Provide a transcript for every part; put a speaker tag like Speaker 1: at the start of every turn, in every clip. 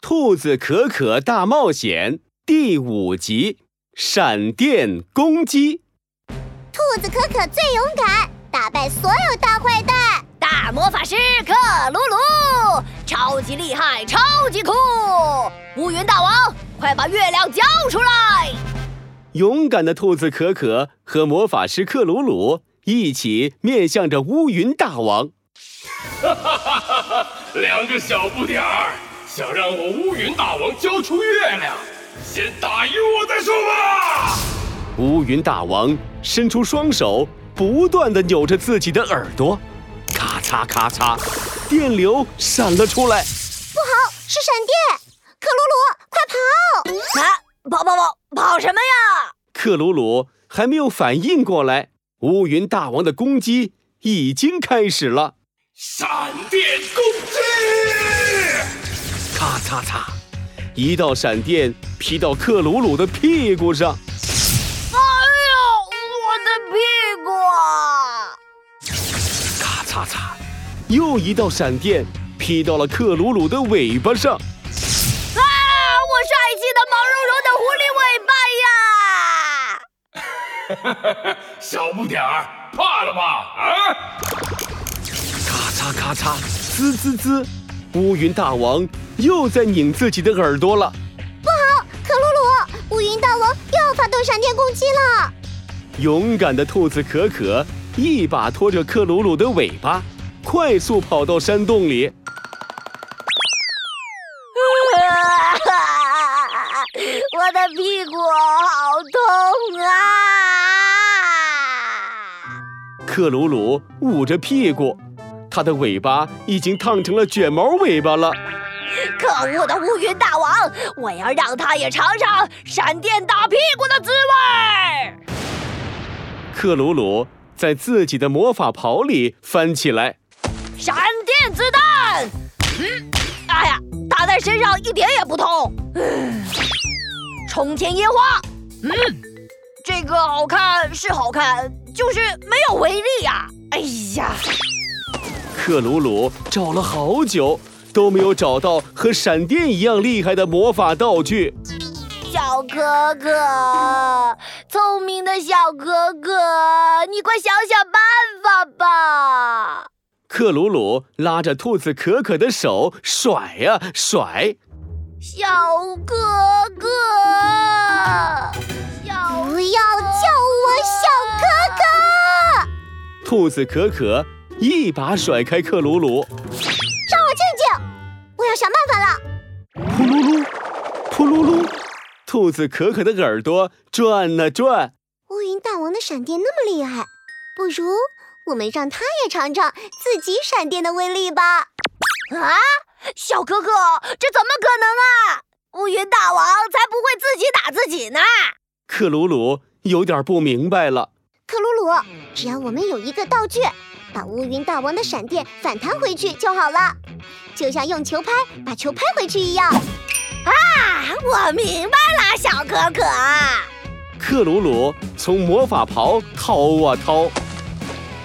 Speaker 1: 兔子可可大冒险》第五集《闪电公鸡》。
Speaker 2: 兔子可可最勇敢，打败所有大坏蛋。
Speaker 3: 大魔法师克鲁鲁，超级厉害，超级酷！乌云大王，快把月亮交出来！
Speaker 1: 勇敢的兔子可可和魔法师克鲁鲁一起面向着乌云大王。
Speaker 4: 哈哈哈哈！两个小不点儿，想让我乌云大王交出月亮，先打赢我再说吧！
Speaker 1: 乌云大王伸出双手，不断的扭着自己的耳朵，咔嚓咔嚓，电流闪了出来。
Speaker 2: 不好，是闪电！克鲁鲁，快跑！
Speaker 3: 啊，跑跑跑跑什么呀？
Speaker 1: 克鲁鲁还没有反应过来，乌云大王的攻击已经开始了。
Speaker 4: 闪电攻击！
Speaker 1: 咔嚓嚓，一道闪电劈到克鲁鲁的屁股上。
Speaker 3: 哎呦，我的屁股啊！
Speaker 1: 咔嚓嚓，又一道闪电劈到了克鲁鲁的尾巴上。
Speaker 3: 啊，我帅气的毛茸茸的狐狸尾巴呀！
Speaker 4: 小不点儿，怕了吧？啊！
Speaker 1: 咔嚓咔嚓，滋滋滋，乌云大王又在拧自己的耳朵了。
Speaker 2: 克鲁鲁，乌云大王又要发动闪电攻击了！
Speaker 1: 勇敢的兔子可可一把拖着克鲁鲁的尾巴，快速跑到山洞里。
Speaker 3: 我的屁股好痛啊！
Speaker 1: 克鲁鲁捂着屁股，它的尾巴已经烫成了卷毛尾巴了。
Speaker 3: 可恶的乌云大王，我要让他也尝尝闪电打屁股的滋味儿！
Speaker 1: 克鲁鲁在自己的魔法袍里翻起来，
Speaker 3: 闪电子弹，嗯，哎呀，打在身上一点也不痛。嗯唉冲天烟花，嗯，这个好看是好看，就是没有威力呀、哎呀，
Speaker 1: 克鲁鲁找了好久都没有找到和闪电一样厉害的魔法道具。
Speaker 3: 小可可，聪明的小可可，你快想想办法吧。
Speaker 1: 克鲁鲁拉着兔子可可的手甩呀、甩，
Speaker 3: 小哥哥，小
Speaker 2: 不要叫我小可可，
Speaker 1: 兔子可可一把甩开克鲁鲁，
Speaker 2: 让我静静，我要想办法了。
Speaker 1: 扑噜噜，扑噜噜，兔子可可的耳朵转啊转。
Speaker 2: 乌云大王的闪电那么厉害，不如我们让他也尝尝自己闪电的威力吧。
Speaker 3: 啊，小哥哥，这怎么可能啊？乌云大王才不会自己打自己呢！
Speaker 1: 克鲁鲁有点不明白了。
Speaker 2: 克鲁鲁，只要我们有一个道具，把乌云大王的闪电反弹回去就好了，就像用球拍把球拍回去一样。
Speaker 3: 啊，我明白了，小可可。
Speaker 1: 克鲁鲁从魔法袍掏啊掏，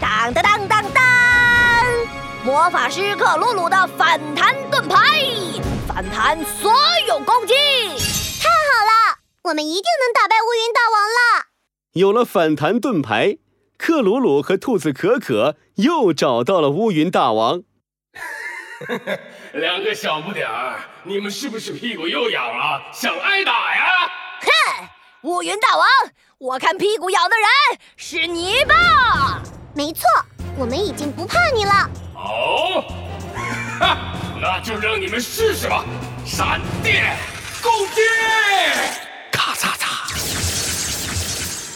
Speaker 3: 当当当当当！魔法师克鲁鲁的反弹盾牌，反弹所有攻击。
Speaker 2: 我们一定能打败乌云大王了。
Speaker 1: 有了反弹盾牌，克鲁鲁和兔子可可又找到了乌云大王。
Speaker 4: 两个小不点儿，你们是不是屁股又痒了，想挨打呀？
Speaker 3: 乌云大王，我看屁股痒的人是你吧？
Speaker 2: 没错，我们已经不怕你了。
Speaker 4: 哦，哈，那就让你们试试吧！闪电攻击！
Speaker 1: 咔嚓嚓，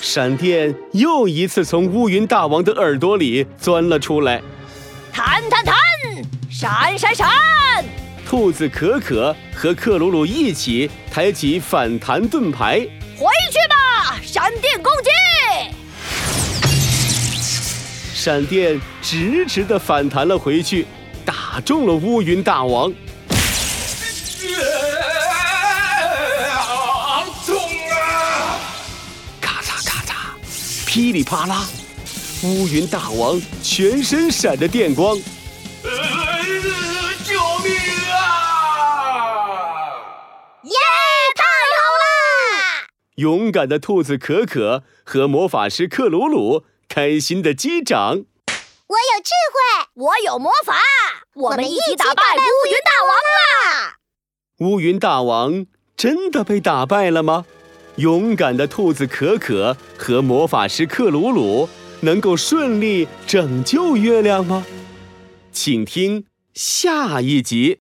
Speaker 1: 闪电又一次从乌云大王的耳朵里钻了出来。
Speaker 3: 弹弹弹，闪闪闪！
Speaker 1: 兔子可可和克鲁鲁一起抬起反弹盾牌，
Speaker 3: 回去吧，闪电攻击！
Speaker 1: 闪电直直的反弹了回去，打中了乌云大王。
Speaker 4: 呃好痛啊！
Speaker 1: 咔嚓咔嚓，噼里啪啦，乌云大王全身闪着电光。
Speaker 4: 呃救命啊！
Speaker 1: 勇敢的兔子可可和魔法师克鲁鲁开心的击掌。
Speaker 2: 我有智慧，
Speaker 3: 我有魔法，我
Speaker 2: 们
Speaker 3: 们
Speaker 2: 一
Speaker 3: 一
Speaker 2: 起
Speaker 3: 起
Speaker 2: 打
Speaker 3: 打
Speaker 2: 败
Speaker 3: 败
Speaker 2: 乌
Speaker 3: 乌
Speaker 2: 云
Speaker 3: 云
Speaker 2: 啊
Speaker 3: 大王啊啦！
Speaker 1: 乌云大王真的被打败了吗？勇敢的兔子可可和魔法师克鲁鲁能够顺利拯救月亮吗？请听下一集。